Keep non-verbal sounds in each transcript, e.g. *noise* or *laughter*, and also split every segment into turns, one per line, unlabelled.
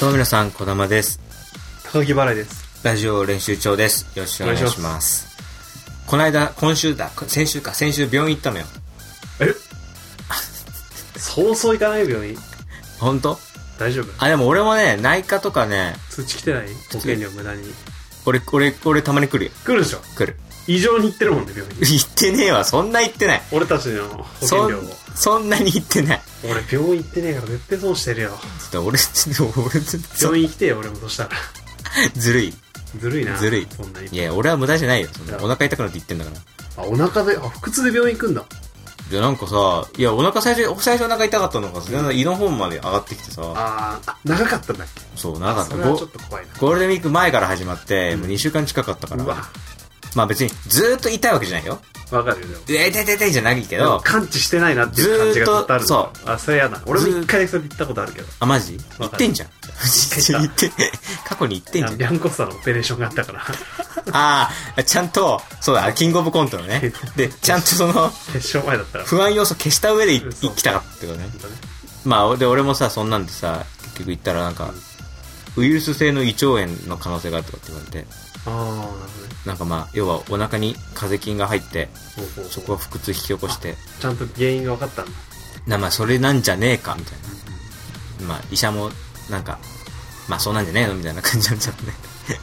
皆さん、こだまです。
高木払いです。
ラジオ練習長です。よろしくお願いします。
お願
この間、今週だ、先週か、先週病院行ったのよ。
えそうそう行かない病院
本当
大丈夫
あ、でも俺もね、内科とかね、
通知来てない保険料無駄に。
俺、俺、俺たまに来るよ。
来るでしょ
来る。
異常に行ってるもんね、病院。
行ってねえわ、そんな行ってない。
俺たちの保
そ
険料を
ん。そんなに行ってない。
俺病院行ってねえから絶対損してるよ。
ちょっと俺、ちょっと俺、ちょっと
病院来てよ、俺もそしたら。
ずるい。
ずるいな。
ずるい
そんない
いや、俺は無駄じゃないよ。そんなお腹痛くなって言ってんだから。
あ、お腹で、あ、腹痛で病院行くんだ。
で、なんかさ、いや、お腹最初、最初お腹痛かったのが、だんだん胃の方まで上がってきてさ、
あーあ、長かったんだっけ
そう、長かった。
それは
ゴ
ちょっと怖いな。
ゴールデンウィーク前から始まって、
うん
もう2週間近かったから
う、わ、
まあ別にずーっと痛いわけじゃないよ。
わかるよ、でも。
で痛い痛い痛いじゃないけ
でも
ど、
完治してないなっていう感じがずっとあるんだ
ずーっ
あ、それやだ。俺も一回だけそれ行ったことあるけど。
あ、マジ言
わ
っ
かる
てんじゃん。言
言
っ、
って
*laughs* 過去に言ってん
あ
じゃん。
ビャンコスタのオペレーションがあったから。 *laughs*
ああ、ちゃんと、そうだ、キングオブコントのね。で、ちゃんとその、
決勝前だったら。
不安要素消した上でい
嘘
行きたかったよね。まあ、で、俺もさ、そんなんでさ、結局行ったらなんか、ウイルス性の胃腸炎の可能性があるとかって言われて、
ああ、なるほどね。
なんかまあ、要はお腹に風邪菌が入って、
ほうほうほう
そこは腹痛引き起こして、
ちゃんと原因が分かったんだ。
なまあそれなんじゃねえかみたいな、まあ医者もなんかまあそうなんじゃねえのみたいな感じになっちゃってね *laughs*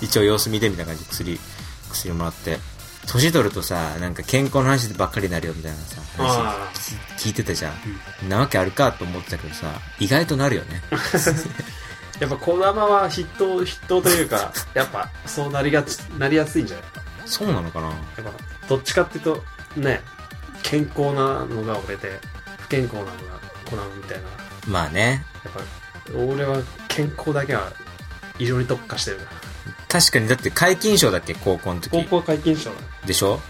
一応様子見てみたいな感じで薬薬もらって年取るとさなんか健康の話ばっかりになるよみたいなさ話
あ
聞いてたじゃん、ん、なわけあるかと思ってたけどさ意外となるよね
あ。やっぱ小玉は筆頭、筆頭という *laughs* か、やっぱそうなりがち、なりやすいんじゃない
そうなのかな
やっぱ、どっちかっていうと、ね、健康なのが俺で、不健康なのがコナンみたいな。や
まあね
っぱ、俺は健康だけは異常に特化してるから。
確かにだって皆勤賞だっけ高校の時
校解禁賞だね。
でしょ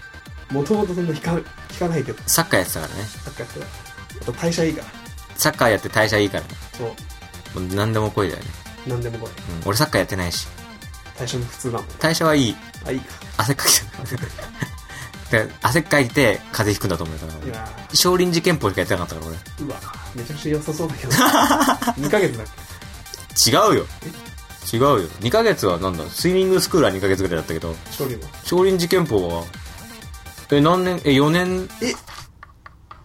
もともとそんな引か引かないけど、
サッカーやってたからね
サッカーって。あと代謝いいから。
サッカーやって代謝いいからね
そう。
もう何でも来いだよね、
なんでもこれ。
うん、俺サッカーやってないし
代謝も普通だもん。
代謝はいい
あ、いいか。
汗かき *laughs* だ汗かいて風邪ひくんだと思うから
い
俺
や
少林寺拳法しかやってなかったから
ーうわ、めちゃくちゃ良さそうだ
*laughs*
けど。2ヶ月だっけ
俺違うよ違うよ2ヶ月はなんだスイミングスクールは2ヶ月ぐらいだったけど
勝利も。
少林寺拳法はえ何年え4年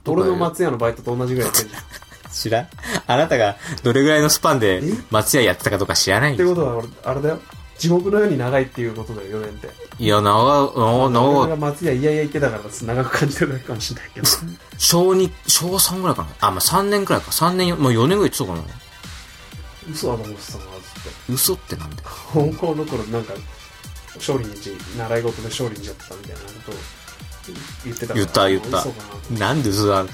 俺の松屋のバイトと同じぐらいやってんじゃん。っ
知らんあなたがどれぐらいのスパンで松屋やってたかとか知らない
て
よ
ことは、俺、あれだよ。地獄のように長いっていうことだよ、4年って。
いやなおな
俺
お
が松屋いやいや言ってたから、長く感じてるだけかもしれない
*laughs*
けど。
小2小3ぐらいかなあまあ3年くらいか3年よもう4年ぐらい言ってたかな
嘘だな、おっさんは、ずっ
嘘ってなんだよ
と。高校の頃、なんか、勝利にち、習い事で勝利にやってたみたいなことを言ってたから。
言った言った
嘘かなと思って。
なんで嘘だ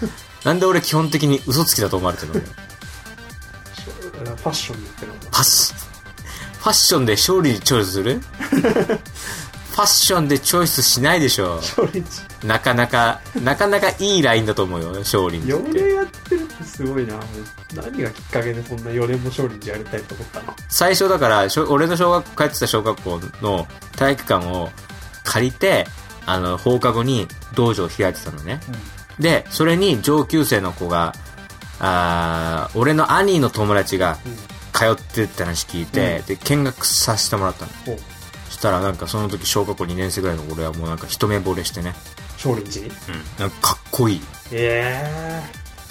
なんで俺基本的に嘘つきだと思われてるの
だからファッションに言ってるのかな
パス。ファッションで勝利チョイスするファッションでチョイスしないでしょ
勝利にち。
なかなか、なかなかいいラインだと思うよ、勝利って。
4年やってるってすごいな何がきっかけでそんな4年も勝利にやりたいと思ったの
最初だから、しょ俺の小学校、帰ってた小学校の体育館を借りて、あの、放課後に道場を開いてたのね。で、それに上級生の子が、あー俺の兄の友達が通ってって話聞いて、で、見学させてもらったの。
ほう
そしたらなんかその時小学校2年生ぐらいの俺はもうなんか一目惚れしてね、
勝利にちに
なんかかっこいい
え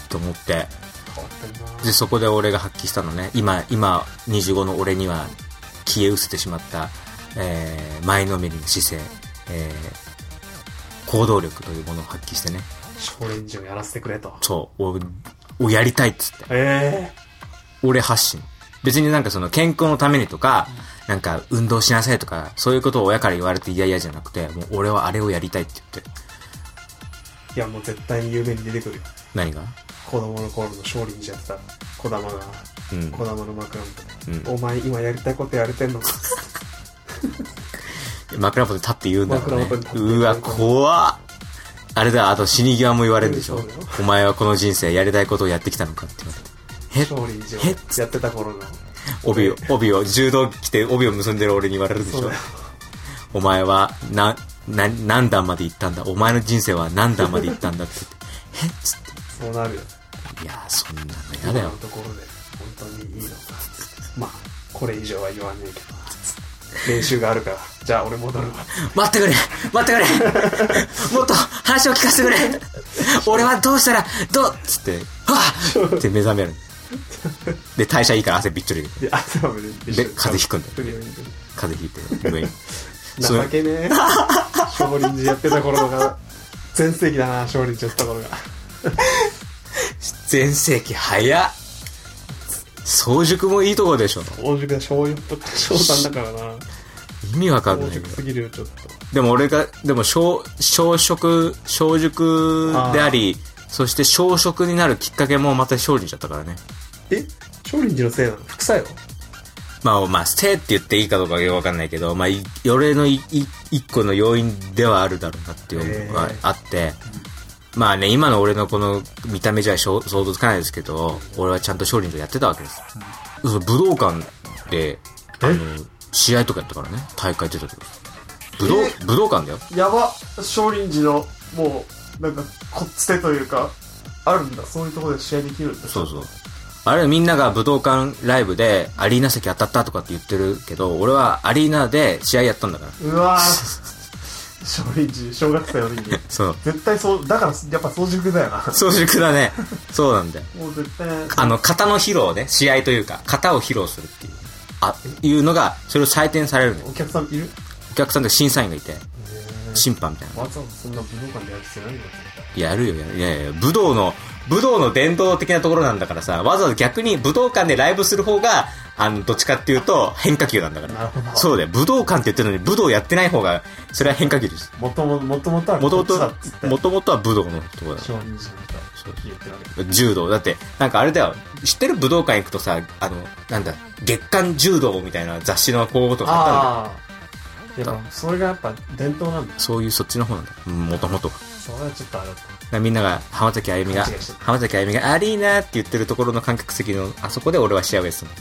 と思って
え変わってんな
でそこで俺が発揮したのね今今25の俺には消え失せてしまった、えー前のめりの姿勢、えー行動力というものを発揮してね
勝利にちをやらせてくれと
そうををやりたいっつって
え
俺発信別になんかその健康のためにとか、なんか運動しなさいとかそういうことを親から言われて嫌々じゃなくてもう俺はあれをやりたいって言って
えいやもう絶対に有名に出てくるよ
何が
子供の頃の勝利にちやってた子玉が
うん
子玉の枕元で、
うん
お前今やりたいことやれてんのか
枕元に立って言うんだろうね
枕元に立って
うわ怖っあれだあと死に際も言われるんでしょ
そうだよ
お前はこの人生やりたいことをやってきたのかって言われて
勝利にちを
へっ
やってた頃の
帯を帯を柔道着て帯を結んでる俺に言われるでし
そう
ょ
だよ
お前はなな何段まで行ったんだお前の人生は何段まで行ったんだって言ってへっつっ
そうなるよ
ていやそんなのやだ
今
よ
のところで本当にいいのか
まあ、これ以上は言わねえけど、練習があるから、じゃあ俺戻るわ。
待ってくれ待ってくれもっと話を聞かせてくれ俺はどうしたら、どうつって、はっって目覚める。で、代謝いいから汗びっちょり。 *laughs* で、
で、朝まで
風邪ひくんだよ。
くる。
風邪ひいて、上に。
情けねえ。
*laughs*
少林寺やってた頃が、全盛期だな、少林寺やってた頃が。
全盛期早っ早熟もいいとこでしょ。
大塾だ、小4とか小3だからな。
意味わかんな
大
いけど
塾。すぎるよ、ちょっと。
でも俺が、でも、小、小食、小熟であり、そして小食になるきっかけもまた勝利しちゃったからね。
え少林寺のせいなの副作用
まあ、まあ、せいって言っていいかどうかはよくわかんないけど、まあ、い俺のいい一個の要因ではあるだろうなっていう思いがあって、まあね、今の俺のこの見た目じゃ想想像つかないですけど、俺はちゃんと少林寺やってたわけです。そう武道館で、あの、試合とかやったからね、大会出たとか。武道
え、
武道館だよ。
やば少林寺のもうなんかこっつてというかあるんだそういうところで試合できるんだ
そうそう。あれみんなが武道館ライブでアリーナ席当たったとかって言ってるけど、俺はアリーナで試合やったんだから。
うわー *laughs* 少林寺小学生の時に
そう。
絶対そうだからやっぱ早熟だよな
早熟だね。そうなんだよ。
もう絶対
あの、型の披露をね、試合というか、型を披露するっていう。あ、いうのが、それを採点されるのよ。
お客さんいる
お客さんで審査員がいて、審判みたいな。
わざわざそんな武道館でやる必要ないんだ
やるよ、やるいやいや、武道の、武道の伝統的なところなんだからさ、わざわざ逆に武道館でライブする方が、あの、どっちかっていうと、変化球なんだか
なる
ら。
ほど
そうだよ、武道館って言ってるのに武道やってない方が、それは変化球です。
もともともともとは
もと
こ
も
っちだ
と
っつって、
もともとは武道のところだ
少林寺の
そう
言ってるわけ
柔道。だって、なんかあれだよ、知ってる武道館行くとさ、あの、なんだ、月刊柔道みたいな雑誌の広告とかあったんだよ。
ああやっぱそれがやっぱ伝統なんだ
そういうそっちの方なんだ。うんもともとは。
それはちょっとあれだった
*laughs* だからみんなが、浜崎あゆみが
勘違いして、た
浜崎あゆみが、アリーナって言ってるところの観客席の、あそこで俺は試合をやってたんだ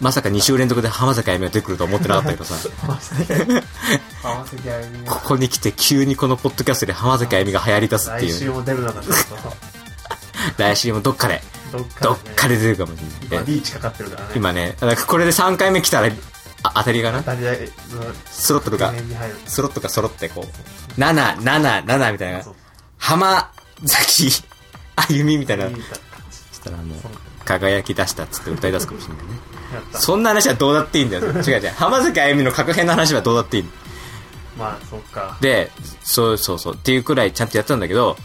まさか2週連続で浜崎あゆみが出てくるとは思ってなかったけど
*laughs*
さ、
浜崎あゆみ浜崎あゆみ
こ
が
こに来て急にこのポッドキャストで浜崎あゆみが流行り出すって
来
いう、
週も出るならちょっ
来週もどっかで、
とどっか
ど
ね
っかで出るかもしれ
今
ない。
リーチかかってるからね
今ね、なんかこれで3回目来たら、あ当たりがな
当、たり合いの
スロットとか
画、面に入る
スロットが揃ってこう、7、7、7みたいな
そう、
浜崎あゆみみたいな、
いい
そ
んだ
したらもう
そう、
輝き出したっつって歌い出すかもしれないね。
やった
そんな話はどうだっていいんだよ。違う
*laughs*
違う。浜崎あゆみの格変の話はどうだっていいの。
まあそっか
で、そうそうそう。っていうくらいちゃんとやってたんだけど、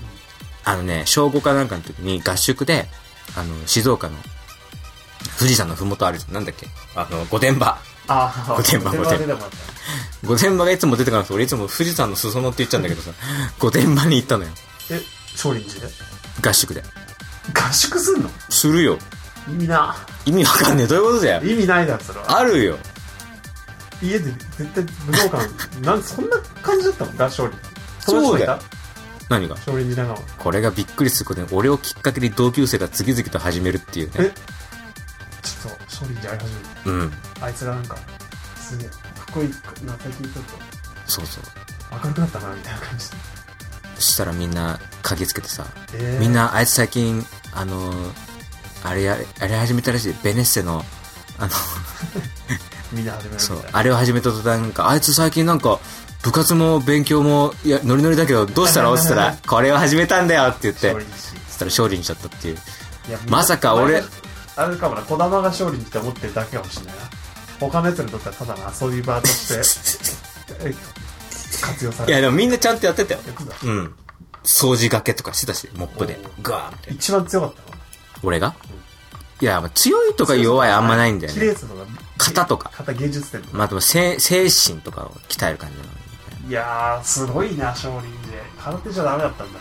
あのね、小5かなんかの時に合宿で、あの、静岡の、富士山のふもとあるじゃん。なんだっけあの、御殿場。
ああ
御殿場
御
御殿場
出てもらっ
御殿場がいつも出てこなくて、俺いつも富士山の裾野って言っちゃうんだけどさ、御殿場に行ったのよ。
たえ少林寺で
合宿で。
合宿すんの
するよ。
意味な
意味わかんねえ。どういうことだよ。
意味ないだろそれは
あるよ。
家で絶対武道館なんそんな感じだったもん合唱林
そうだよ何が
少林寺長尾
これがびっくりすることに、俺をきっかけに同級生が次々と始めるっていうね。
えちょっと少林寺あり始める
うん。
あいつらなんかすげえかっこいいな最近ちょっと
そうそう。
明るくなったなみたいな感じで
そしたらみんな鍵つけてさ、
えー
みんなあいつ最近、あのーあれや、あれ始めたらしい、ベネッセの、あの、
みんな始めるみたいな
そう、あれを始めた途端、なんか、あいつ最近なんか、部活も勉強も、いや、ノリノリだけど、どうしたら落ちたら、 *laughs* これを始めたんだよって言って、
少
そ
林寺
したら勝利にしちゃったっていう。
いや
まさか俺
あれかもな児玉が勝利って思ってるだけかもしれないな他のやつにとってはただの遊び場としてえっと活用さ
い
れ
や、
る
でもみんなちゃんとやってたよ。
やつだ
うん。掃除がけとかしてたし、モップで。ガーンって。
一番強かったの
俺がいや、まあ強いとか弱いあんまないんだよ
綺
ね。
麗さとか
型とか。
型芸術点とか
まあでも、せ精神とかを鍛える感じなの。
いやーすごいな少林寺空手じゃダメだったんだ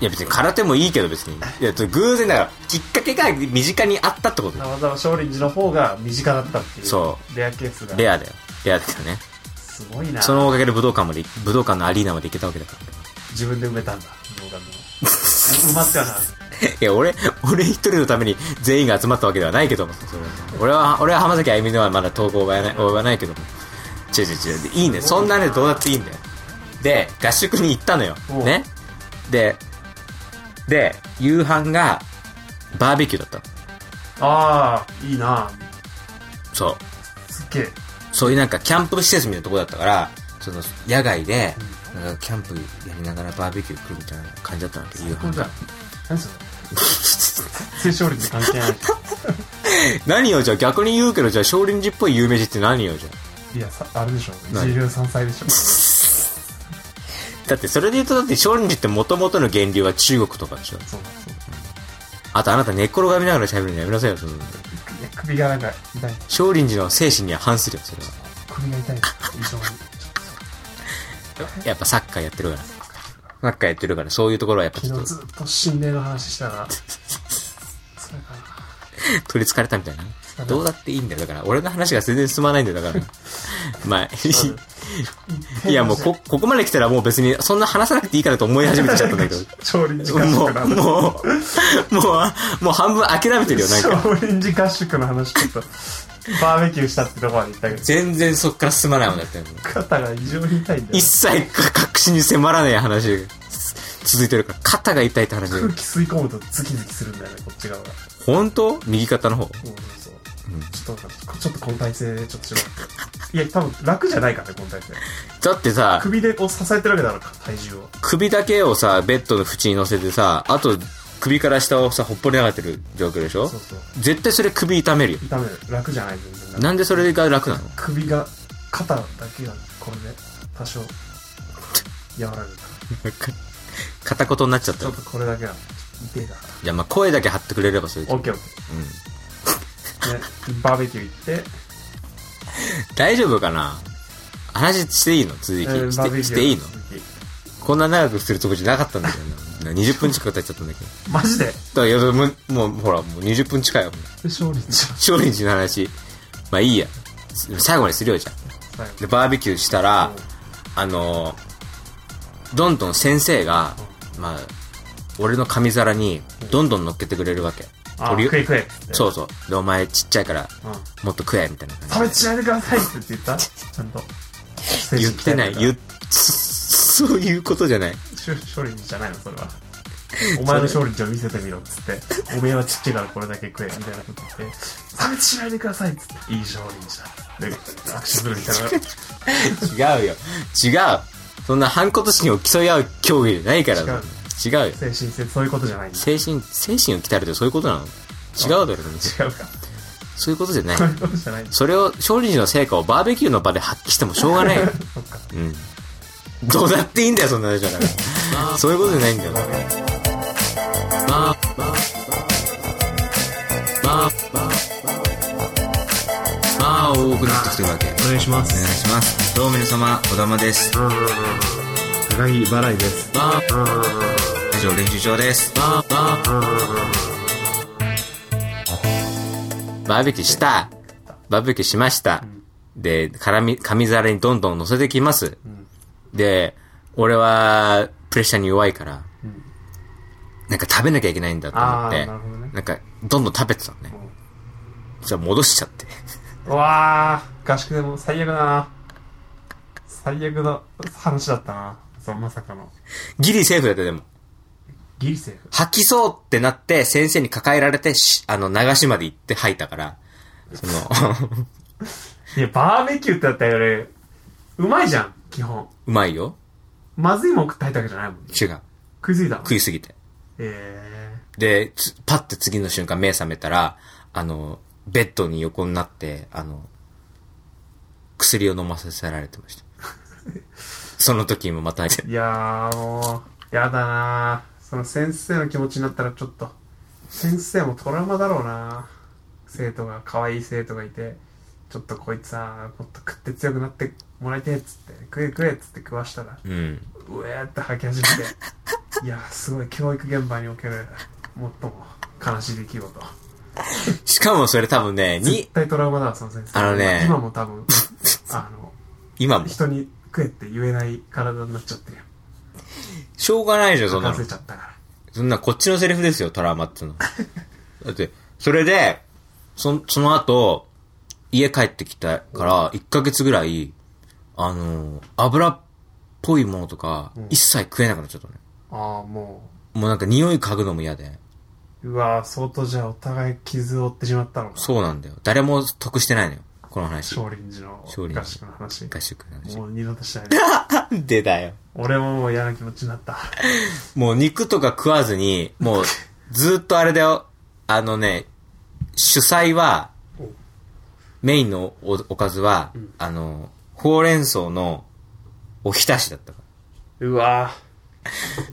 いや別に空手もいいけど別に。いや、偶然だから、きっかけが身近にあったってことだよ
わざわざ少林寺の方が身近だったっていう
そう
レアケースが
レアだよ。レアだけどね。
すごいな
そのおかげで武道館まで、武道館のアリーナまで行けたわけだか
自分で埋めたんだ動画の埋まったな
*laughs* ら。いや、俺、俺一人のために全員が集まったわけではないけども。それは俺は、俺は浜崎あゆみのはまだ投稿はない、及ばないけども。違う違う違う。いいね。そんなね、どうだっていいんだよ。で、合宿に行ったのよ。
おう
ね。で、で、夕飯が、バーベキューだったの。
ああいいな
そう。
すっげえ。
そういうなんかキャンプ施設みたいなとこだったから、その野外で、なんかキャンプやりながらバーベキュー来るみたいな感じだったんだけど、夕
これ
飯
じゃ
が
ん。何それ *laughs* 青少林って関係ない。
何よ、じゃあ逆に言うけど、じゃあ少林寺っぽい有名人って何よ、じゃあ
いや、さあれでしょ。
何
13歳でしょ。
だってそれで言うと、だって少林寺って元々の源流は中国とかでしょ。
そうだ、そうだ。
あとあなた寝っ転がりながら喋るのやめなさいよ、その。
いや首がなんか痛い。
少林寺の精神には反するよ、それは。
首が痛いです。異常に。ちょっと
やっぱサッカーやってるから。サッカーやってるから、そういうところはやっぱちょ
昨
っ
日
と
ずっと心霊の話したら、それか
取り憑かれたみたいな。どうだっていいんだよ、だから。俺の話が全然進まないんだよ、
*laughs*
だから。まあ、
そうな。
いやもうこ、ここまで来たらもう別にそんな話さなくていいかなと思い始めてきちゃったんだけど。
少林寺合
もう、
宿の
もう、
話。
もう、もう半分諦めてるよ、なん
少
か。
林寺合宿の話ちょっと、バーベキューしたってとこまで行ったけど、
全然そっから進まないもんだって。
肩が異常に痛いんだ
一
よ。
切か確信に迫らない話が続いてるから、肩が痛いって話
空気吸い込むとズキズキするんだよね、こっち側が。
本当右肩の方。
そうそうそう。ちょっとなんか、ちょっとこの体勢、ちょっとしろ。いや、多分楽じゃないからね、この体勢。
だってさ、
首でこう支えてるわけだろ、体重を。
首だけをさ、ベッドの縁に乗せてさ、あと首から下をさ、ほっぽり流れてる状況でしょ
そうそう。
絶対それ首痛めるよ。
痛める。楽じゃない、全然。
なんでそれが楽なの
首が、肩だけが、これで、多少、柔らぐから。
片言になっちゃっ
ち
た
ょ
よ
っ。とこれだけが、痛いから。
いや、まあ声だけ張ってくれればそれで
オッケーオッケー。で、バーベキュー行って、
大丈夫かな話していいの続き、
えー
し
バーベキ
てし
ュー
ていいの
続き
こんな長くするとこじゃなかったんだけ
*laughs*
どな20分近く経っちゃったんだけど
マジで
だからいやもうもうほらもう20分近いよ
勝利じゃん。
少林寺の話まあいいや最後にするよじゃん
最後
でバーベキューしたらあのーどんどん先生がまあ俺の紙皿にどんどん乗っけてくれるわけ
あ、
俺よ
食え食えっつって。
そうそうでお前ちっちゃいから
うん。
もっと食えみたいな感じで
食べちゃいでくださいって言っ
*laughs*
たちゃんと。
言ってない言っそういうことじゃない
勝利じゃないの、それは。お前の勝利じゃ見せてみろっつっ
*laughs*
て、おめえはちっちゃいからこれだけ食えみたいなこと言って、食べちないでくださいっつって、いい勝利じゃん。で、握手するみたいな。
違うよ。違う。そんな反骨心を競い合う競技じゃないから。違うよ。
精神性、そういうことじゃないんだ。
精神、精神を鍛えるってそういうことなの違うだろ、
違うか。
そういうことじゃない
そ。ういうことじゃないんだ。
それを、勝利時の成果をバーベキューの場で発揮してもしょうがないよ。
そっか。
うん。どうだっていいんだよ、そんな話だから。そういうことじゃないんだよ。まあ、多くなってきてるわけ。お
お
願い
願いしま
お願い。します。どうも皆様、小玉です。
高木払いです。
以上練習場です。バーベキューした。バーベキューしました。で、絡み、紙皿にどんどん乗せてきます。で、俺は、プレッシャーに弱いから、なんか食べなきゃいけないんだと思っ
あー、
て、
なるほどね。
なんか、どんどん食べてたのね。じゃあ戻しちゃって。
うわー、合宿でも最悪だな。最悪の話だったな。そう、まさかの。
ギリセーフだったよでも。
ギリセーフ。
吐きそうってなって、先生に抱えられてし、あの、流しまで行って吐いたから、その、 *laughs*
いや、バーベキューってだったらより、うまいじゃん、基本。
うまいよ。
まずいもん食ったわけじゃないもんね。
違う。
食いついたの
食いすぎて。
え
で、つパッて次の瞬間目覚めたら、あの、ベッドに横になって、あの、薬を飲ませられてました。 *laughs* その時もまた、
ー。いやー、もう、やだなー。その先生の気持ちになったらちょっと、先生もトラウマだろうな生徒が、可愛い生徒がいて、ちょっとこいつさ、もっと食って強くなってもらいてえっつって、食え食えっつって食わしたら、
うん。
うえーって *laughs* 吐き始めていやーすごい教育現場における最も悲しい出来事
しかもそれ多分ね、に
絶、対トラウマだわその先生
あのね
今も多分 *laughs* あの
今も、
人に食えって言えない体になっちゃってるよ
しょうがないじゃん、そんな
任
の
せ。ちゃったから
そんなこっちのセリフですよ、トラウマって *laughs* のは。だって、それで、そ、その後、家帰ってきたから、1ヶ月ぐらい、あの、油っぽいものとか、一切食えなくなっちゃったね。
ああも
もうなんか匂い嗅ぐのも嫌で。
ううわー相当じゃあお互い傷を負ってしまったのか
そうなんだよ。誰も得してないのよ。この話。
少林寺の
少林寺
合宿の話。
合宿の話。
もう二度としたいな。
出たよ。
俺ももう嫌な気持ちになった。
もう肉とか食わずに、もう、ずーっとあれだよ。あのね、主菜は
お、
メインのおおかずは、
ん
あの、ほうれん草のおひたしだったから。
うわ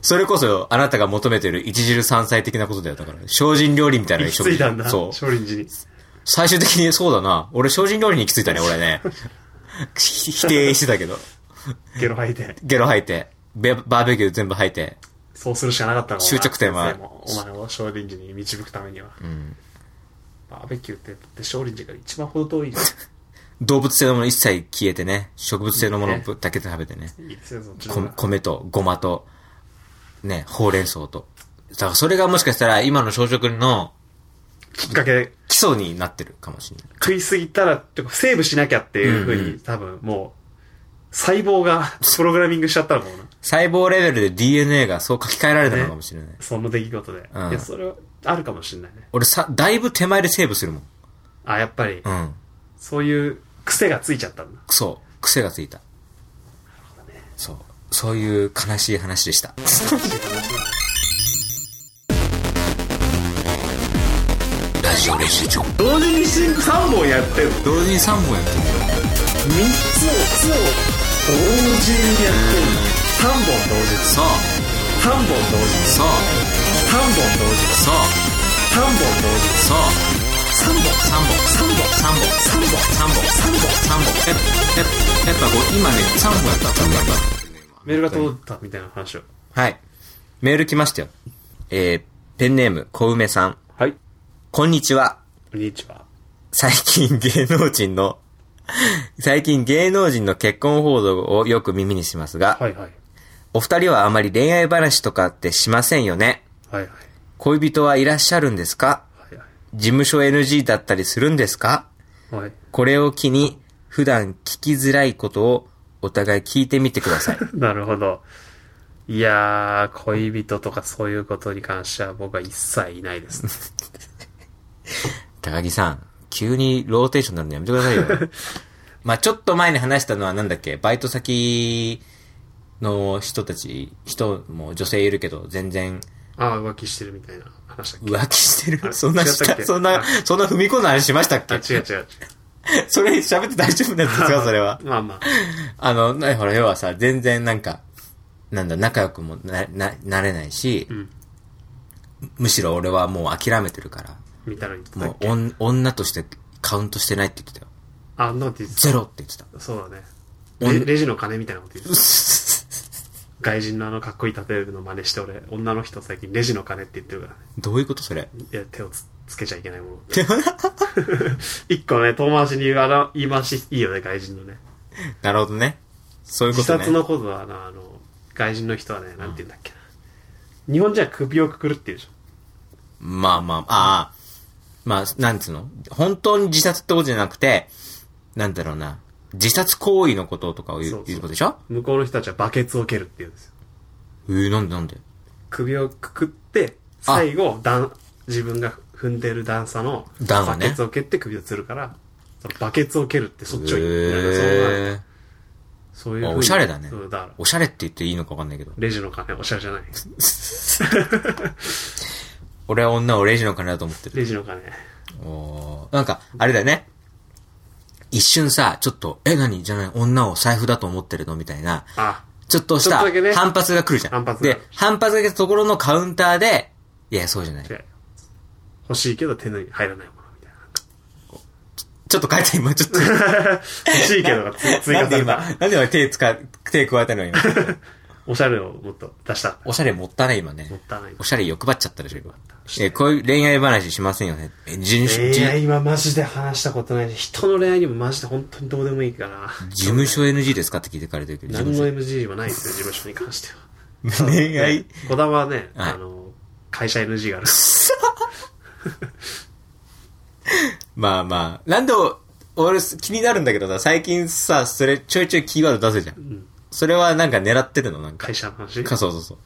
それこそ、あなたが求めてる一汁三菜的なことだよ。だから、精進料理みたい
ー
な
行き着いたんだ。
そう。
少林寺に。
最終的にそうだな。俺、精進料理に行き着いたね、俺
*laughs*
ね。ひ否定してたけど。
ゲロ吐いて。
ゲロ吐いて、ベバーベキュー全部吐いて。
そうするしかなかったのかな
終着点は
先生もお前を少林寺に導くためには。
うん。
バーベキューって、だって少林寺から一番ほど遠いじ
*laughs*
ゃ
動物性のもの一切消えてね。植物性のも
いい
のだけで食べてね。
ん。いいですよ、そっちの
こ
方が。
米と、ごまと、ね、ほうれん草と。だからそれがもしかしたら今の小食の
きっかけ、
基礎になってるかもしれない。
食いすぎたら、てかセーブしなきゃっていうふうに、
うんうん
多分もう、細胞が *laughs* プログラミングしちゃったのかもな。
細胞レベルで DNA がそう書き換えられたのかもしれない。
その出来事で。
うん
いや、それはあるかもしれないね。
俺さ、だいぶ手前でセーブするもん。
あ、やっぱり、
うん。
そういう癖がついちゃったんだ。
そう。癖がついた。そう。そういう悲しい話でした。ラジオ練習長。
同時にシンク3本やってるの。
同時に3本やってる
3つを、同時にや
そう。そう。そう。そう。3本。3本。3本。
ってるの。3本同時。3本同時。3本同時。3本同時。3本。3本。3本。3本。
三本。え、え、やっぱこう、今ね、3本やった。三本やった。
メールが届いたみたいな話を。
はい。メール来ましたよ。えー、ペンネーム、小梅さん。
はい。
こんにちは。
こんにちは。
最近芸能人の、最近芸能人の結婚報道をよく耳にしますが、
はいはい。
お二人はあまり恋愛話とかってしませんよね。
はいはい。
恋人はいらっしゃるんですか
はいはい。
事務所 NG だったりするんですか
はい。
これを機に、普段聞きづらいことをお互い聞いてみてくだ
*laughs*
さい。
なるほど。いやー、恋人とかそういうことに関しては僕は一切いないですね。
高木さん、急にローテーションになるのやめてください
*laughs*
よ。まあちょっと前に話したのはなんだっけ、バイト先の人たち、人も女性いるけど、全然
ああ、浮気してるみたいな話だっけ
浮気して
あれ
る。そんな
違ったっ
し
け
た、そんな
あ、
そんな踏み込んだ話しましたっ
あ、
け
違う違う違う。。
それ喋って大丈夫なんですかそれは
まあまあ。
あの、なほら、要はさ、全然なんか、なんだ、仲良くもな、な、なれないし、
ん
むしろ俺はもう諦めてるから、
みたいなの言ってた
も
っ
う
け
おん、女としてカウントしてないって言ってたよ。
あ、ノーティス。
ゼロって言ってた。 *laughs*
そうだね。
おん
レレジの金みたいなこと言ってた。外人のあのかっこいい建てるの真似して俺、女の人最近レジの金って言ってるからね。
どういうことそれ。
いや、手をつつけちゃいけない
*laughs*
もの。一個ね、遠回しに言うあの言い回しいいよね、外人のね。
なるほどね。そういうこ
自
と
殺
ね。
のことはな、あの、外人の人はね、なんて言うんだっけな。日本人は首をくくるって言うでしょ。
まあまあ、ああ。まあ、なんつうの本当に自殺ってことじゃなくて、なんだろうな。自殺行為のこととかを言う
そうそう
言うことでしょ
向こうの人たちはバケツを蹴るって言うんですよ。
えー、なんでなんで
首をくくって、最後、段、自分が踏んでる段差の、
段
バ
をね
ケツを蹴って首を吊るから、そのバケツを蹴るってそっちを言う。なんか
へー
そんなそういうふう
あ
に。
おしゃれだね
そう、だから、
おしゃれって言っていいのかわかんないけど。
レジの金、おしゃれじゃない。
俺は女をレジの金だと思ってる。
レジの金。
おーなんか、あれだよね。一瞬さ、ちょっと、え、何じゃない、女を財布だと思ってるのみたいな。
あ、
ちょっとし
ちょったとだけね
反発が来るじゃん。
反発が
で、反発が来たところのカウンターで、いや、そうじゃない。
違う。欲しいけど手に入らないものみたいな。
ちょっと変えた、今、ちょっ
*laughs*
と。
欲しいけどがつ追
な
加
ん
さ
で
れ
今
た。、
なんで今手使う、手加えたの
*laughs*
今。
おしゃれをもっと出したかっ
おしゃれ持ったね、今ね
た。も。ったいない
お。しゃれ欲張っちゃったでしょ、今。え、こういう恋愛話しませんよね。え、人種、
恋
事
愛はマジで話したことないし、人の恋愛にもマジで本当にどうでもいいから。
務所 NG ですかって聞いてかれてるけど、事
何
務
の
所。
MG はないですよ、事務所に関しては。
恋愛
小玉はね、
はい
あの、会社 NG がある。
まあまあ。なんでお、俺気になるんだけどさ、最近さ、それちょいちょいキーワード出すじゃん。
ん
それはなんか狙ってるのなんか。
会社の話
か、そうそうそう。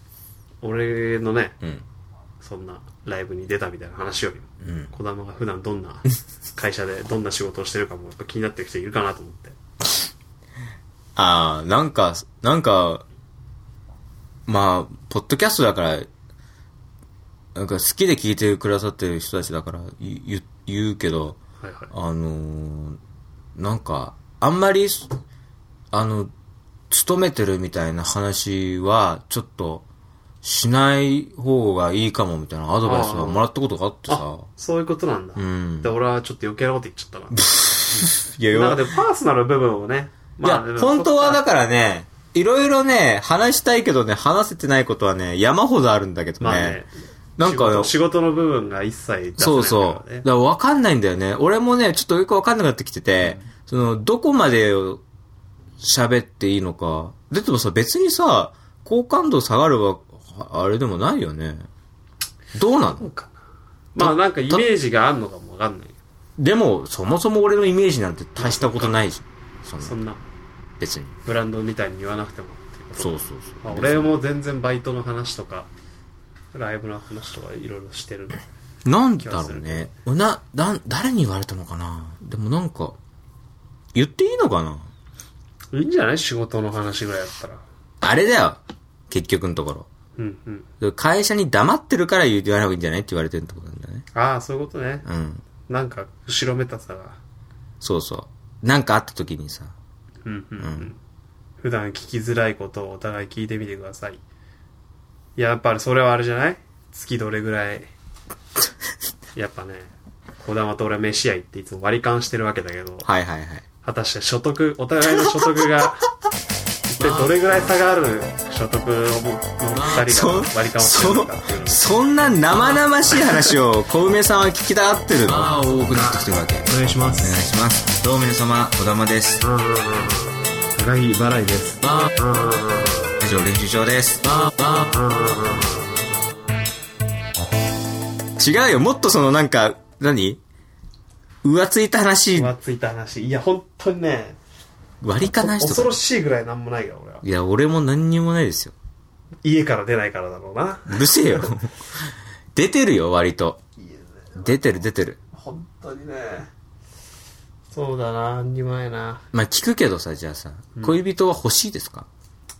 俺のね、
うん。
そんなライブに出たみたいな話よりも、
うん。
児玉が普段どんな会社でどんな仕事をしてるかもやっぱ気になってる人いるかなと思って。
ああ、なんか、なんか、まあ、ポッドキャストだから、なんか好きで聞いてくださってる人たちだから言言言うけど、
はいはい。
あのーなんか、あんまり、あの、勤めてるみたいな話は、ちょっと、しない方がいいかもみたいなアドバイスはもらったことがあってさ
あ、、そういうことなんだ。
うん
で、。俺はちょっと余計なこと言っちゃったな。
いや
なんかでもパーソナル部分をね、
いや、
でも
本当はだからね、いろいろね、話したいけどね、話せてないことはね、山ほどあるんだけどね。
まあね、
なん
仕
か
事、仕事の部分が一切出せな
そ
いう
そう。
からね
だから分かんないんだよね。俺もね、ちょっとよく分かんなくなってきてて、その、どこまでを喋っていいのか。だってもさ、別にさ、好感度下がるは、ああれでもないよね。どうなの
まあなんかイメージがあんのかもわかんない。
でも、そもそも俺のイメージなんて大したことないじゃん。そんな
そんな
別に。
ブランドみたいに言わなくてもっていうこと
そうそう
ま
そ
あ
う。
俺も全然バイトの話とか、ライブの話とかいろいろしてるの。
なんだろうね。な、だ、誰に言われたのかなでもなんか、言っていいのかない
いんじゃない仕事の話ぐらいだったら。
あれだよ。結局のとこ
うんうん。
ろ。会社に黙ってるから言わない方がいいんじゃないって言われてるってことなんだよね。
ああ、そういうことね。
うん。
なんか、後ろめたさが。
そうそう。なんかあった時にさ、
うんうんうん。普段聞きづらいことをお互い聞いてみてください。いや、やっぱりそれはあれじゃない月どれぐらい。やっぱね、小玉と俺は飯屋行っていつも割り勘してるわけだけど、
はいはいはい。
果たして所得、お互いの所得が、一体どれぐらい差がある所得をもの二人が割り勘をしてるのかっていうのを
そんな生々しい話を小梅さんは聞きたがってるの。ああ、多くなってきてるわけ。お
お願いしま
願い
す。
します。どうも皆様、小玉です。
高木払いです。
以上練習場です違うよもっとそのなんか何浮ついた話
浮ついた話。いや、本当にね、
割りかない人
恐ろしいぐらいなんもないよ、俺は。
いや俺も何にもないですよ
家から出ないからだろうな。
うるせえ *laughs* よ出てるよ割と出てる出てる
本当にね。そうだな、二枚な。
まあ聞くけどさじゃあさ恋人は欲しいですか、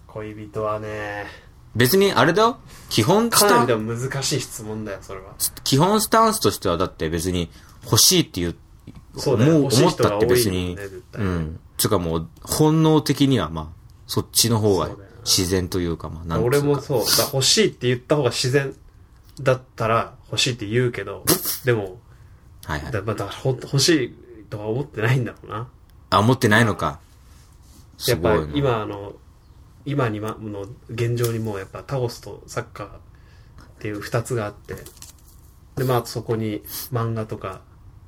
恋人はね、
別にあれだよ基本ス
かな
タ
りで
ン
も難しい質問だよ、それは。
基本スタンスとしてはだって別に欲しいっていう
そうだよ
思
欲しい
思っ
人が
たって別に、
多いもんね絶対
うん。つうかもう、本能的にはまあ、そっちの方が
そうだよね
自然というか、まあ、なんつうか
俺もそう。だから欲しいって言った方が自然だったら欲しいって言うけど、でも、
はいはい
だ。まあだからほん欲しいとは思ってないんだろうな。
あ、思ってないのか。
や
す
っ
ご
ぱ
いな。
今あの、今にま、の現状にもうやっぱタゴスとサッカーっていう二つがあって、で、まあそこに漫画とか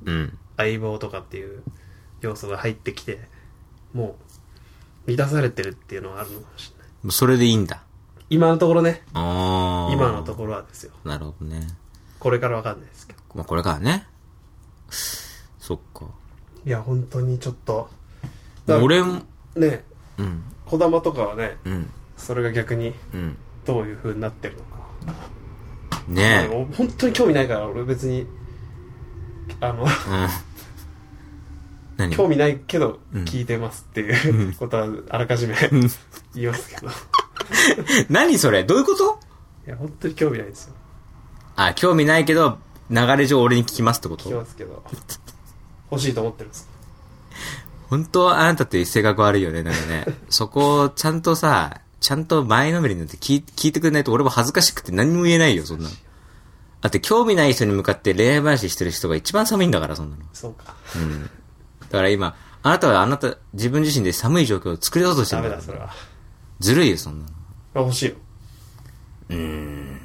うん。
相棒とかっていう要素が入ってきて、もう満たされてるっていうのはあるのかもしれない。
もうそれでいいんだ。
今のところね、
あー
今のところはですよ。
なるほどね。
これからわかんないですけど。
まあ、これからね。そっか。
いや、本当にちょっと。だから
俺も、
ね、
うん、
児玉とかはね、
うん、
それが逆に
うん。
どういう風になってるのか。
ねえ。
俺本当に興味ないから、俺別に、あの、
うん。何
興味ないけど
うん
聞いてますっていうことはあらかじめ言いますけど。い
何それどういうこと
や、本当に興味ないですよ。
あ、興味ないけど、流れ上俺に聞きますってこ
聞きま
と
すけど。欲しいと思ってるんです
本当はあなたって性格悪いよね、なんか
*laughs*
ね。そこをちゃんとさ、ちゃんと前のめりになって聞い聞いてくれないと俺も恥ずかしくて何も言えないよ、そんなの。だって興味ない人に向かって恋愛話してる人が一番寒いんだから、そんなの。
そうか。
うん。だから今、あなたはあなた、自分自身で寒い状況を作り出そうとして
ダ
るん
メ
だ
だ、それは。
ずるいよ、そんなの。
あ欲しいよ。
うん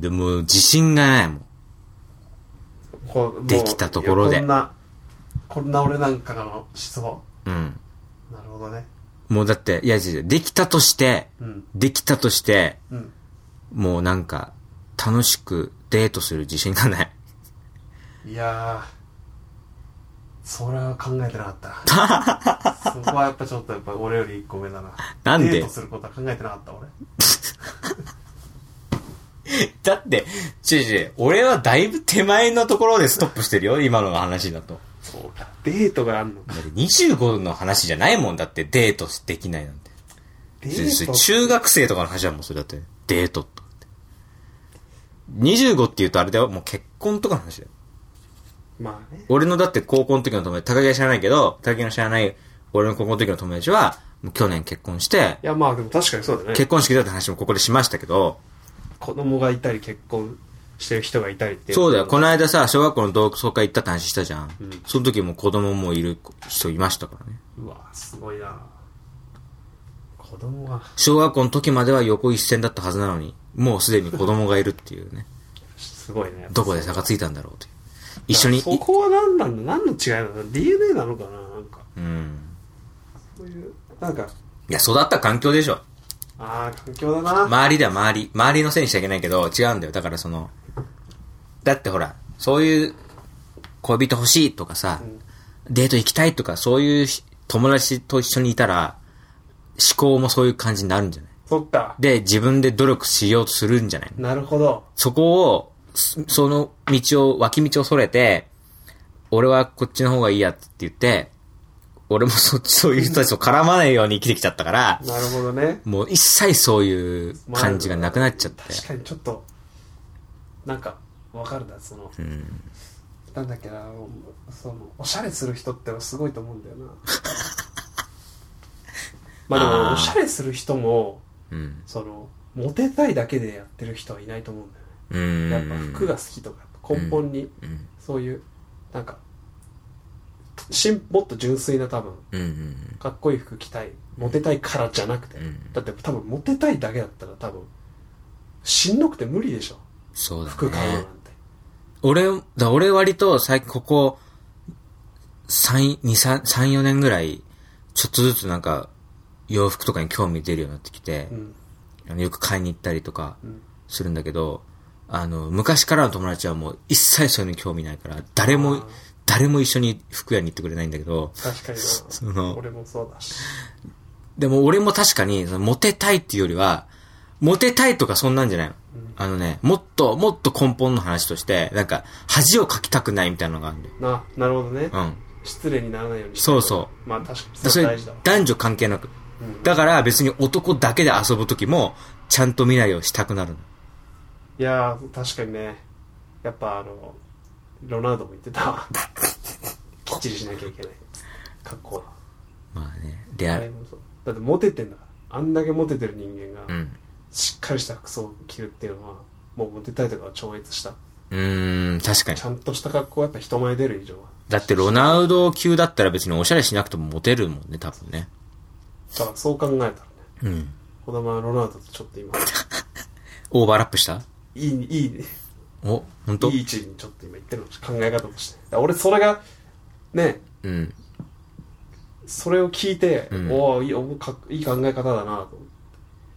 でも、自信がないもん。
こうもう
できたところで
いやこんな、こんな俺なんかの思想。
うん。
なるほどね。
もうだって、いや、違う違うできたとして、
うん。
できたとして、
うん。
もうなんか、楽しくデートする自信がない。
いやー、それは考えてなか *laughs* った。そこはやっぱちょっとやっぱ俺より一個上だな。
なんで
デートすることは考えてなかった俺。
*laughs* だって、ちゅうちゅう、俺はだいぶ手前のところでストップしてるよ、今の話だと。
そうか。デートがあんのか。
だって25の話じゃないもんだって、デートできないなんて。
デ
それそ
ー
れ
ト
中学生とかの話はもうそれだって、デートと。25って言うとあれだよ、もう結婚とかの話だよ。
まあね。
俺のだって高校の時の友達、高木は知らないけど、高木の知らない俺の高校の時の友達は、もう去年結婚して、
いや、まあでも確かにそうだね
結。婚式だって話もここでしましたけど、
子供がいたり結婚してる人がいたりって。
そうだよ、こ
の。
の間さ、小学校の同窓会行ったって話したじゃん。
ん
その時も子供もいる人いましたからね。
うわ、すごいな子供が、
小学校の時までは横一線だったはずなのに、もうすでに子供がいるっていうね。
すごいね。
どこで差がついたんだろうという。一緒にい、
そこは何なんだ何の違いなの ?DNA なのかななんか。
うん。
そういう、なんか、
いや、育った環境でしょ。
ああ、環境だな。
周りだよ、周り。周りのせいにしちゃいけないけど、違うんだよ。だからその、だってほら、そういう恋人欲しいとかさ、デート行きたいとか、そういうし友達と一緒にいたら、思考もそういう感じになるんじゃない
そっか。
で、自分で努力しようとするんじゃない
なるほど。
そこを、そその道を、脇道をそれて、俺はこっちの方がいいやって言って、俺もそっち、そういう人たちと絡まないように生きてきちゃったから、
なるほどね。
もう一切そういう感じがなくなっちゃって。
確かにちょっと、なんか、わかるな、その、
うん。
なんだっけな、その、おしゃれする人ってのはすごいと思う
*laughs*
んだよな。まあで
あー
も、おしゃれする人も、
うん。
その、モテたいだけでやってる人はいないと思うんだよね。
うん。
やっぱ服が好きとか、根本に、
うん。
そういう、なんか、しんもっと純粋な多分、
うん。うん。
かっこいい服着たいモテたいからじゃなくて、
うん
だって多分モテたいだけだったら多分しんどくて無理でしょ
そうだね。
服買うのなんて、
俺、だ俺割と最近ここ、三、二、三、三、四年ぐらい、ちょっとずつなんか、洋服とかに興味出るようになってきて、
うん
あのよく買いに行ったりとか
うん
するんだけど、あの、昔からの友達はもう一切そういうのに興味ないから、誰
あ
も
ー、
誰も一緒に服屋に行ってくれないんだけど、
確かに
そ
な
の
俺もそうだし
でも俺も確かに、そのモテたいっていうよりは、モテたいとかそんなんじゃないの。あのね、もっと、もっと根本の話として、なんか、恥をかきたくないみたいなのがあるんだよ。
ななるほどね
うん。
失礼にならないように
そうそう
まあ確かに
だ
そ
そ
れ
れ
大事だわ、
男女関係なく。だから別に男だけで遊ぶときも、ちゃんと未来をしたくなるの。
いやー確かにねやっぱあのロナウドも言って
*laughs*
たわきっちりしなきゃいけない格好は
まあね、レ
あ
ア
れ
ル。
もそうだってモテてんだからあんだけモテてる人間が、
うん。
しっかりした服装を着るっていうのはもうモテたいとかは超越した
うーん、確かに
ち。ゃんとした格好はやっぱ人前出る以上は
だってロナウド級だったら別におしゃれしなくてもモテるもんね、多分ね。
だからそう考えたらね
うん。
子供はロナウドとちょっと今
オーバーラップした
いいいい
お、ほん
い
と
い位置にちょっと今行ってるの考え方としてだから俺それがね
うん。
それを聞いて、
うん
おおいいおかいい考え方だなと思って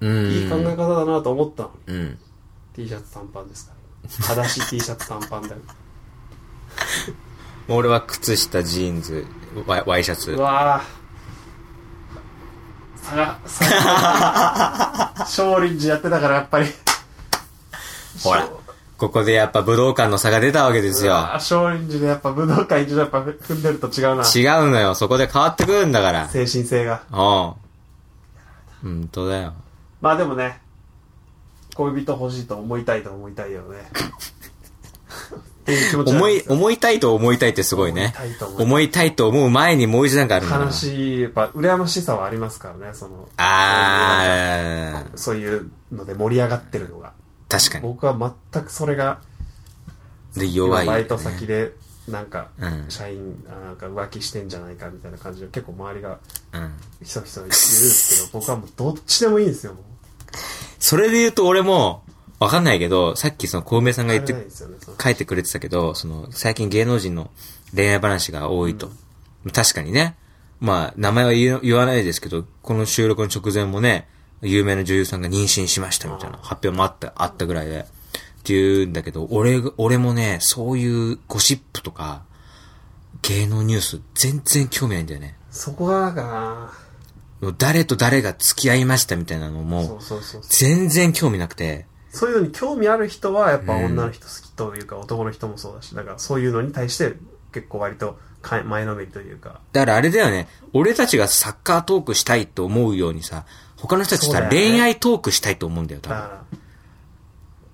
うん。
いい考え方だなと思ったのに
うん。
T シャツ短パンですから裸足 T シャツ短パン
*laughs*
だよ
俺は靴下、ジーンズ、ワイワイシャツ
う。わぁ。さが、さが、 *laughs* 少林寺やってたからやっぱり。
ほら。ここでやっぱ武道館の差が出たわけですよ。
あ少林寺でやっぱ武道館一度やっぱ踏んでると違うな。
違うのよ。そこで変わってくるんだから。
精神性が。
うん。本当だよ。
まあでもね、恋人欲しいと思いたいと思いたい
*laughs*
よね。っていう気持ちなん
思
で
い
す、よ
思いたいと思いたいってすごいね。
思いたいと思いたい
思いたいと思う前にもう一段階あるんだな
悲しい、やっぱ羨ましさはありますからね、その。
あー、
そういうので盛り上がってるのが。
確かに。
僕は全くそれが
で、弱い、ね。
バイト先でなんか
うん
社員あなんか浮気してんじゃないかみたいな感じで結構周りが
うん。
ひそひそ言うんですけど僕はもうどっちでもいいんですよもう
それで言うと俺も、わかんないけど、さっきその、小梅さんが
あれ
言っ
ない
て、
ですよねその
書いてくれてたけど、その、最近芸能人の恋愛話が多いと。確かにね。まあ、名前は言う言わないですけど、この収録の直前もね、有名な女優さんが妊娠しましたみたいな発表もあった、あったぐらいで。っていうんだけど、俺が、俺もね、そういうゴシップとか、芸能ニュース全然興味ないんだよね。
そこがなんかな
誰と誰が付き合いましたみたいなの
そ
も
う、そうそうそう
全然興味なくて、
そういうのに興味ある人は、やっぱ女の人好きというか、男の人もそうだし、だからそういうのに対して、結構割とか前のめりというか、
だからあれだよね。俺たちがサッカートークしたいと思うようにさ、他の人たち
そうだ
さ、
よね
恋愛トークしたいと思うんだよ、多
だから、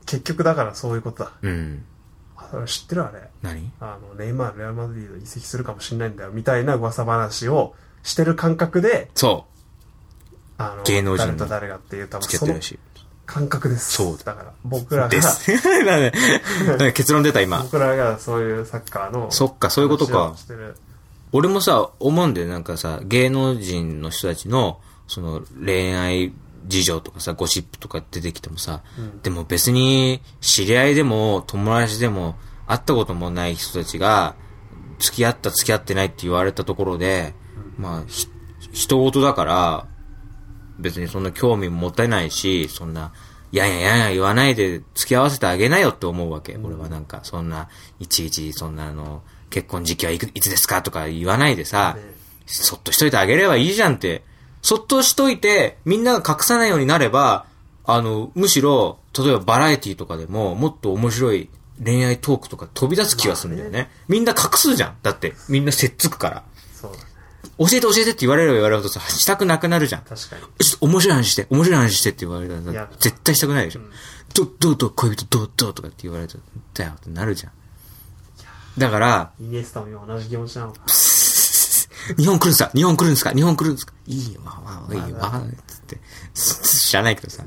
結局だからそういうことだ。
分。うん。
あれ知ってるあれ。
何
あの、ネイマール、レアルマドリード移籍するかもしれないんだよ、みたいな噂話をしてる感覚で、
そ
あの、
芸能人
誰
の
と誰がっていう、多
う。
分
付き合
そ
って
の
るし。
感覚です。
そう
だから、僕らが、 *laughs*
です。 *laughs* なんかなんか結論出た、今。
僕らがそういうサッカーの、
そっかそういうことか
話をしてる
俺もさ、思うんだよ。なんかさ、芸能人の人たちの、その、恋愛事情とかさ、ゴシップとか出てきてもさ、でも別に、知り合いでも、友達でも、会ったこともない人たちが、付き合った付き合ってないって言われたところで、まあ、ひ、人事だから、別にそんな興味も持たないし、そんな、いやいやいやいや言わないで付き合わせてあげなよって思うわけ。俺はなんか、そんな、いちいち、そんなあの、結婚時期はいくいつですかとか言わないでさ、そっとしといてあげればいいじゃんって。そっとしといて、みんなが隠さないようになれば、あの、むしろ、例えばバラエティとかでも、もっと面白い恋愛トークとか飛び出す気がするんだよね。みんな隠すじゃん。だって、みんなせっつくから。
そうだね。
教えて教えてって言われれば言われるほどさ、したくなくなるじゃん。
確かに。
ちょっと面白い話して、面白い話してって言われたら
いや
さ、絶対したくないでしょ。ど、どうどう恋人どうどうとかって言われたら、だよってなるじゃん。だから、
イニエスタも今同じ気持ちなのか。
日本来るんすか日本来るんすか日本来るんすかいいよ、わわわいいよ、わわっつって。知らないけどさ。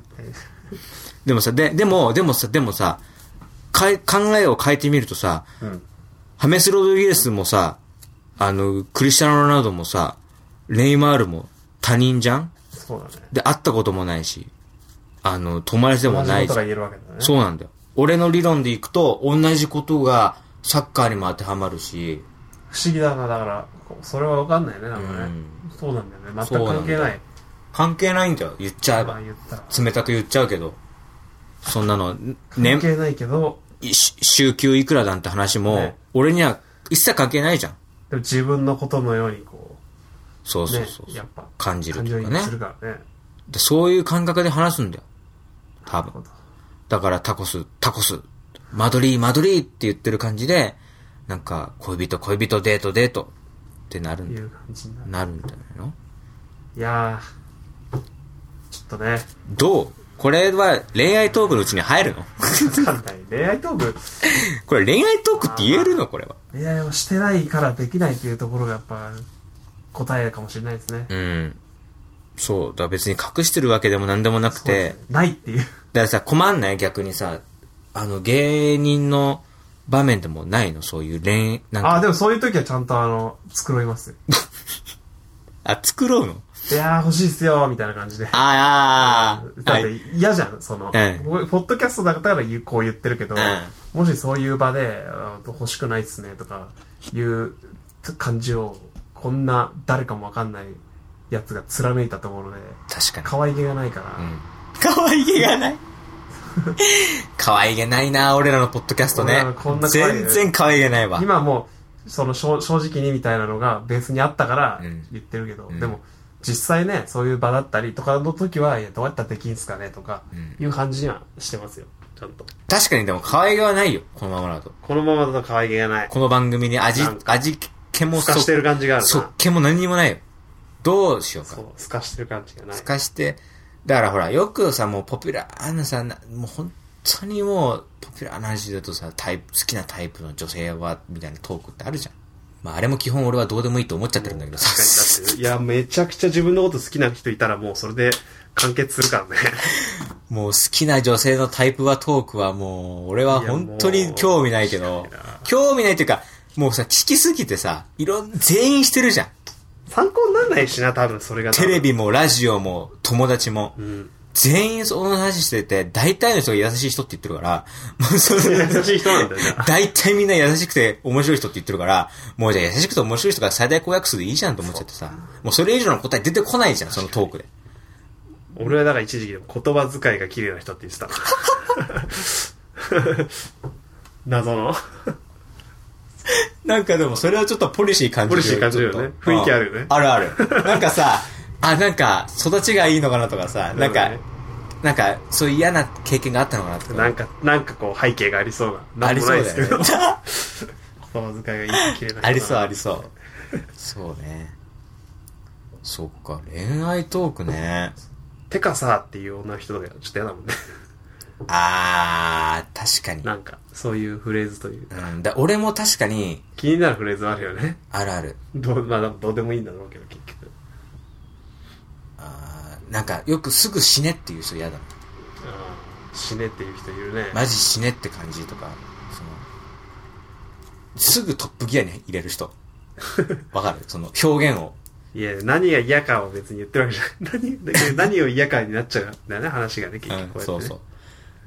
でもさ、で、でも、でもさ、でもさ、かえ、考えを変えてみるとさ、
うん。
ハメス・ロドリゲスもさ、あの、クリスチャン・ロナウドもさ、レイマールも他人じゃん
そうだね。
で、会ったこともないし、あの、友達でもな
同じ
い
こ
し
とが。言えるわけだね。
そうなんだよ。俺の理論でいくと、同じことがサッカーにも当てはまるし、
不思議だな、だから、こうそれはわかんないね、なんか
う
ね
ん。
そうなんだよね。全く関係ない。
関係ないんだよ、言っちゃえ
まあ
ば。
言ったら。
冷たく言っちゃうけど。そんなの、
関
ね、
係ないけど、
し週休いくらなんて話も、
ね
俺には一切関係ないじゃん。
でも自分のことのようにこ
そう
う、
そう
ね
そう、。
やっぱ、
感じる
感
と
情移
か
入
ね
するからね。
でそういう感覚で話すんだよ。多
なるほ
分
ど。
だからタコス、タコス、マドリー、マドリーって言ってる感じで、なんか、恋人、恋人、デート、デートってなるん
い
だよ。
う感じになる。
なるんじゃないの
いやー、ちょっとね、
どうこれは恋愛トークのうちに入るの *laughs*
わかんない。恋愛トーク、
これ恋愛トークって言えるのこれは。
恋愛をしてないからできないっていうところがやっぱ、答えかもしれないですね。
うん。そう。だから別に隠してるわけでも何でもなく
そう
て、
ですねないっていう。
だからさ、困んない逆にさ、あの、芸人の場面でもないのそういう恋、なん
あ
か、
あ、でもそういう時はちゃんとあの、繕いま
*laughs*
すよ。
あ、作ろうの
いやー、欲しいっすよ、みたいな感じで。
あーあー、あ
だっ
ー
て嫌じゃん、その、
ええ
ポポッドキャストだから言うこう言ってるけど、
え
もしそういう場で、あ欲しくないっすねとかいう感じを、こんな誰かもわかんないやつが貫いたところで、
確か
可愛げがないから、
に。うん。可愛げがない *laughs* 可愛げないな、俺らのポッドキャスト
俺
ね
らのこん。な可愛い
全然可愛げないわ。
今もう、その正正直にみたいなのがベースにあったから
うん
言ってるけど、
ん
でも、実際ね、そういう場だったりとかの時は、いや、どうやったらできんすかねとか、いう感じにはしてますよ、ちゃんと。
確かにでも可愛げはないよ、このままだと。
このままだと可愛げがない。
この番組に味
なん、か
味気も
透かしてる感じがある
そっ
な。
けも何にもないよ。どうしようか
そ。う、透かしてる感じがない
透。かして、だからほら、よくさ、もうポピュラーなさ、なもう本当にもう、ポピュラーな話だとさ、タイプ、好きなタイプの女性は、みたいなトークってあるじゃん。まあ、あれも基本俺はどうでもいいと思っちゃってるんだけど
確か
さ。
に、だって、いや、めちゃくちゃ自分のこと好きな人いたらもうそれで完結するか
*laughs*
らね。
もう好きな女性のタイプはトークはもう、俺は本当に興味ないけど
いやもう確、
興味ないっていうか、もうさ、聞きすぎてさ、いろん、全員してるじゃん。
参考にならないしな、多分それが。
テレ。ビもラジオも友達も。
うん。
全員その話してて、大体の人が優しい人って言ってるから、もうその *laughs*
優しい人なんだよね。
大体みんな優しくて面白い人って言ってるから、もうじゃあ優しくて面白い人が最大公約数でいいじゃんと思っちゃってさ、もうそれ以上の答え出てこないじゃん、そのトークで。
俺はだから一時期でも言葉遣いが綺麗な人って言ってた。 *laughs*
*laughs*
謎の。
なんかでもそれはちょっとポリシー感じる
ポリシー感じるよね
ちょっと
雰囲気あるよね
あるある。なんかさ、あ、なんか育ちがいいのかなとかさ、なん
な
か
るほどね、
なんか、そういう嫌な経験があったのかなと
な
か
ん。か、なんかこう背景がありそうな。
ありそう
なんもないで
だ
すけど
よね。。
言葉遣いが言い切れない。
ありそう、ありそう。そうね。そっか、恋愛トークね。
てかさっていう女の人とかちょっと嫌だもんね。 *laughs*
あー、確か
なんか、そういうフレーズというか。
に。うん、だ俺も確かに、
気になるフレーズあるよね。 *laughs*
あるある。
どう、まあ、どうでもいいんだろうけど、結局。
あーなんか、よくすぐ死ねっていう人嫌だもん。
あー死ねっていう人いるね。
マジ死ねって感じとか、その、すぐトップギアに入れる
*laughs*
人。わかるその表現を。
いや、何が嫌かを別に言ってるわけじゃない。 *laughs* 何、だけど何を嫌かになっちゃうんだよね、話がね、結局こ
う
うやって、
ん、
ね。
そうそう。。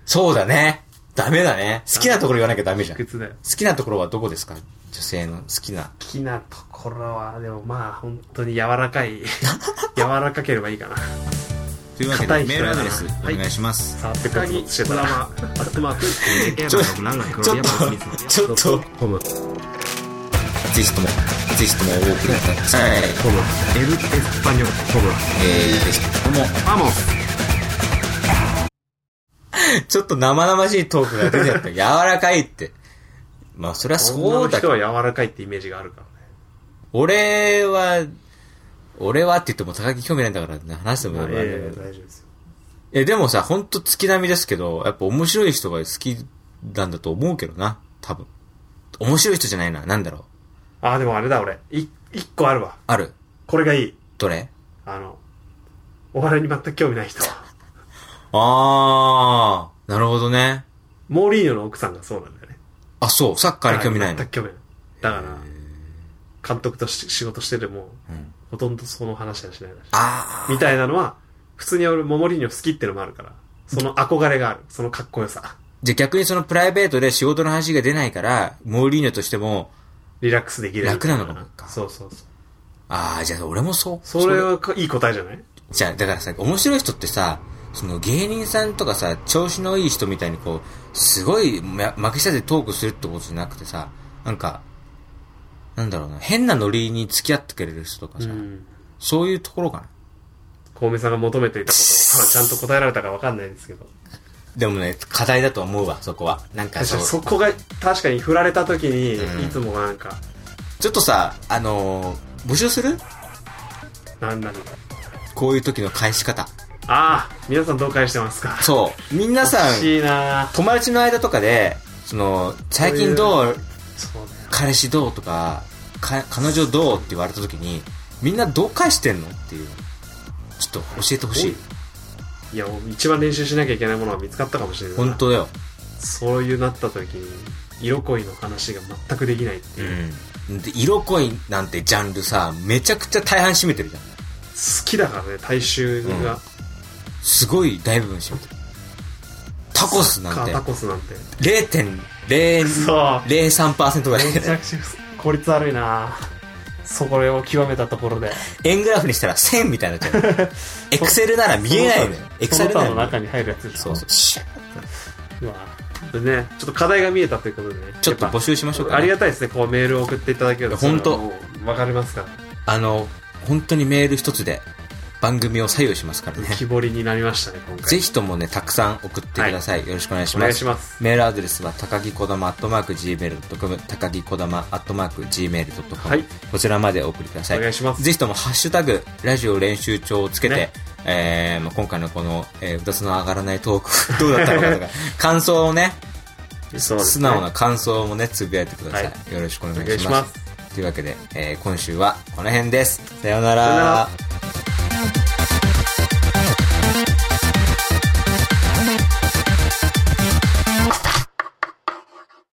そうだね。ダメだね。好きなところ言わなきゃダメじゃん。
卑
好
屈だよ。
きなところはどこですか女性の好きな。
好きなところは、でもまあ、本当に柔らか
*laughs*
い。柔らかければいいかな。
というわけ
硬
で、
い人
メー
だ
ル
な
アドレスお願いします。
さあ、ペコ
他
ペ
に
コして
小
た
玉
ら。
アットマーク JK
ち
ち
ょ
ょ
っ
っ
*laughs* と、ちょっと、
コム
ぜひとも、ぜひともお送りください。
コムエルエスパニョコム
えー、ぜひとも、
アモス
ちょっと生々しいトークが出てやった。柔らかいって。まあ、そりゃ
女
そ
の
うだけ
人
ど、
は柔らかいってイメージがあるからね。
俺は、俺はって言っても高木興味ないんだから話しても
ま
らえば
あ、いや
い
い
いんだ
や
けど
大丈夫ですよ。
え、でもさ、ほんと月並みですけど、やっぱ面白い人が好きなんだと思うけどな、多分。面白い人じゃないな、なんだろう。
ああ、でもあれだ、俺。い、一個あるわ。
ある
これがいい。
どれ
あの、お笑いに全く興味ない人。
*laughs* あー、なるほどね。
モーリーニョの奥さんがそうなんだよね。
あ、そう、サッカーに興味ないの
全。く興味ない。だから、監督とし仕事してても、
うん
ほとんどその話はしないらしい
あ
みたいなのは、普通に俺、モモリーニョ好きってのもあるから、その憧れがある。そのかっこよさ。
ー。じゃあ逆にそのプライベートで仕事の話が出ないから、モーリーニョとしても、
リラックスできるみたい。
楽なのかもか
そうそうそう。
あー、じゃあ俺もそう。
それはいい答えじゃない
じゃあ、だからさ、面白い人ってさ、その芸人さんとかさ、調子のいい人みたいにこう、すごい、ま、負け下でトークするってことじゃなくてさ、なんか、なんだろうな、変なノリに付き合ってくれる人とか
う
さ、
ん。
そういうところかな。
小梅さんが求めていたことを、まあちゃんと答えられたかわかんないですけど。
でもね、課題だと思うわ、そこは。なんか
確か
そう
にそこが、確かに振られた時に、
うん
いつもなんか、
ちょっとさ、あのー募集する
なんなのか。
こういう時の返し方。
ああ、皆さんどう返してますか
そう。みんなさ
欲
ん、
しいな
友達の間とかで、その、最近どう
そうだよ。
彼氏どうとかか彼女どうって言われた時にみんなどう返してんのっていうちょっと教えてほしい
いや、もう一番練習しなきゃいけないものは見つかったかもしれない。
本当だよ
そういうなった時に、色恋の話が全くできないっていう。
うんで色恋なんてジャンルさめちゃくちゃ大半占めてるじゃん
好きだからね、大衆が。
すごい大部分占めてるタコスなん
カ
て
ータコスなんて。
0.03%
そう。
ぐらい
めちゃくちゃ効率悪いなそこを極めたところで。
円グラフにしたら1000みたいになっ
*laughs*
ちゃうエクセルなら見えないのよエク
そ
セ
の
ルな
他の
ら
中に入るやつでしょ
そうそうシュッ
うわでね、ちょっと課題が見えたということでね。
ちょっと
やぱ
募集しましょうか
あり
ね
がたいですね、こうメールを送っていただけると。
ほんと
それはもうわかりますか
あの本当にメール一つで番組を左右しますからね
浮き彫りになりましたね、今回。
ぜひともね、たくさん送ってください。よろしくお願いし
お
ます。
願いします。
メールアドレスは、高木こだま、アットマーク、gmail.com、高木こだま、アットマーク、gmail.com、
はい
こちらまでお送りください。
お願いします
ぜひとも、ハッシュタグ、ラジオ練習帳をつけて、
ね
えーまあ今回のこの、えー、うたつの上がらないトーク、どうだったのか
*laughs*
とか、感想をね、
そうです
素
ね
直な感想もね、つぶやいてください。
は
よろしくお願いし
お
ま
願い
す。
します
というわけで、えー今週はこの辺です。さよう
さようなら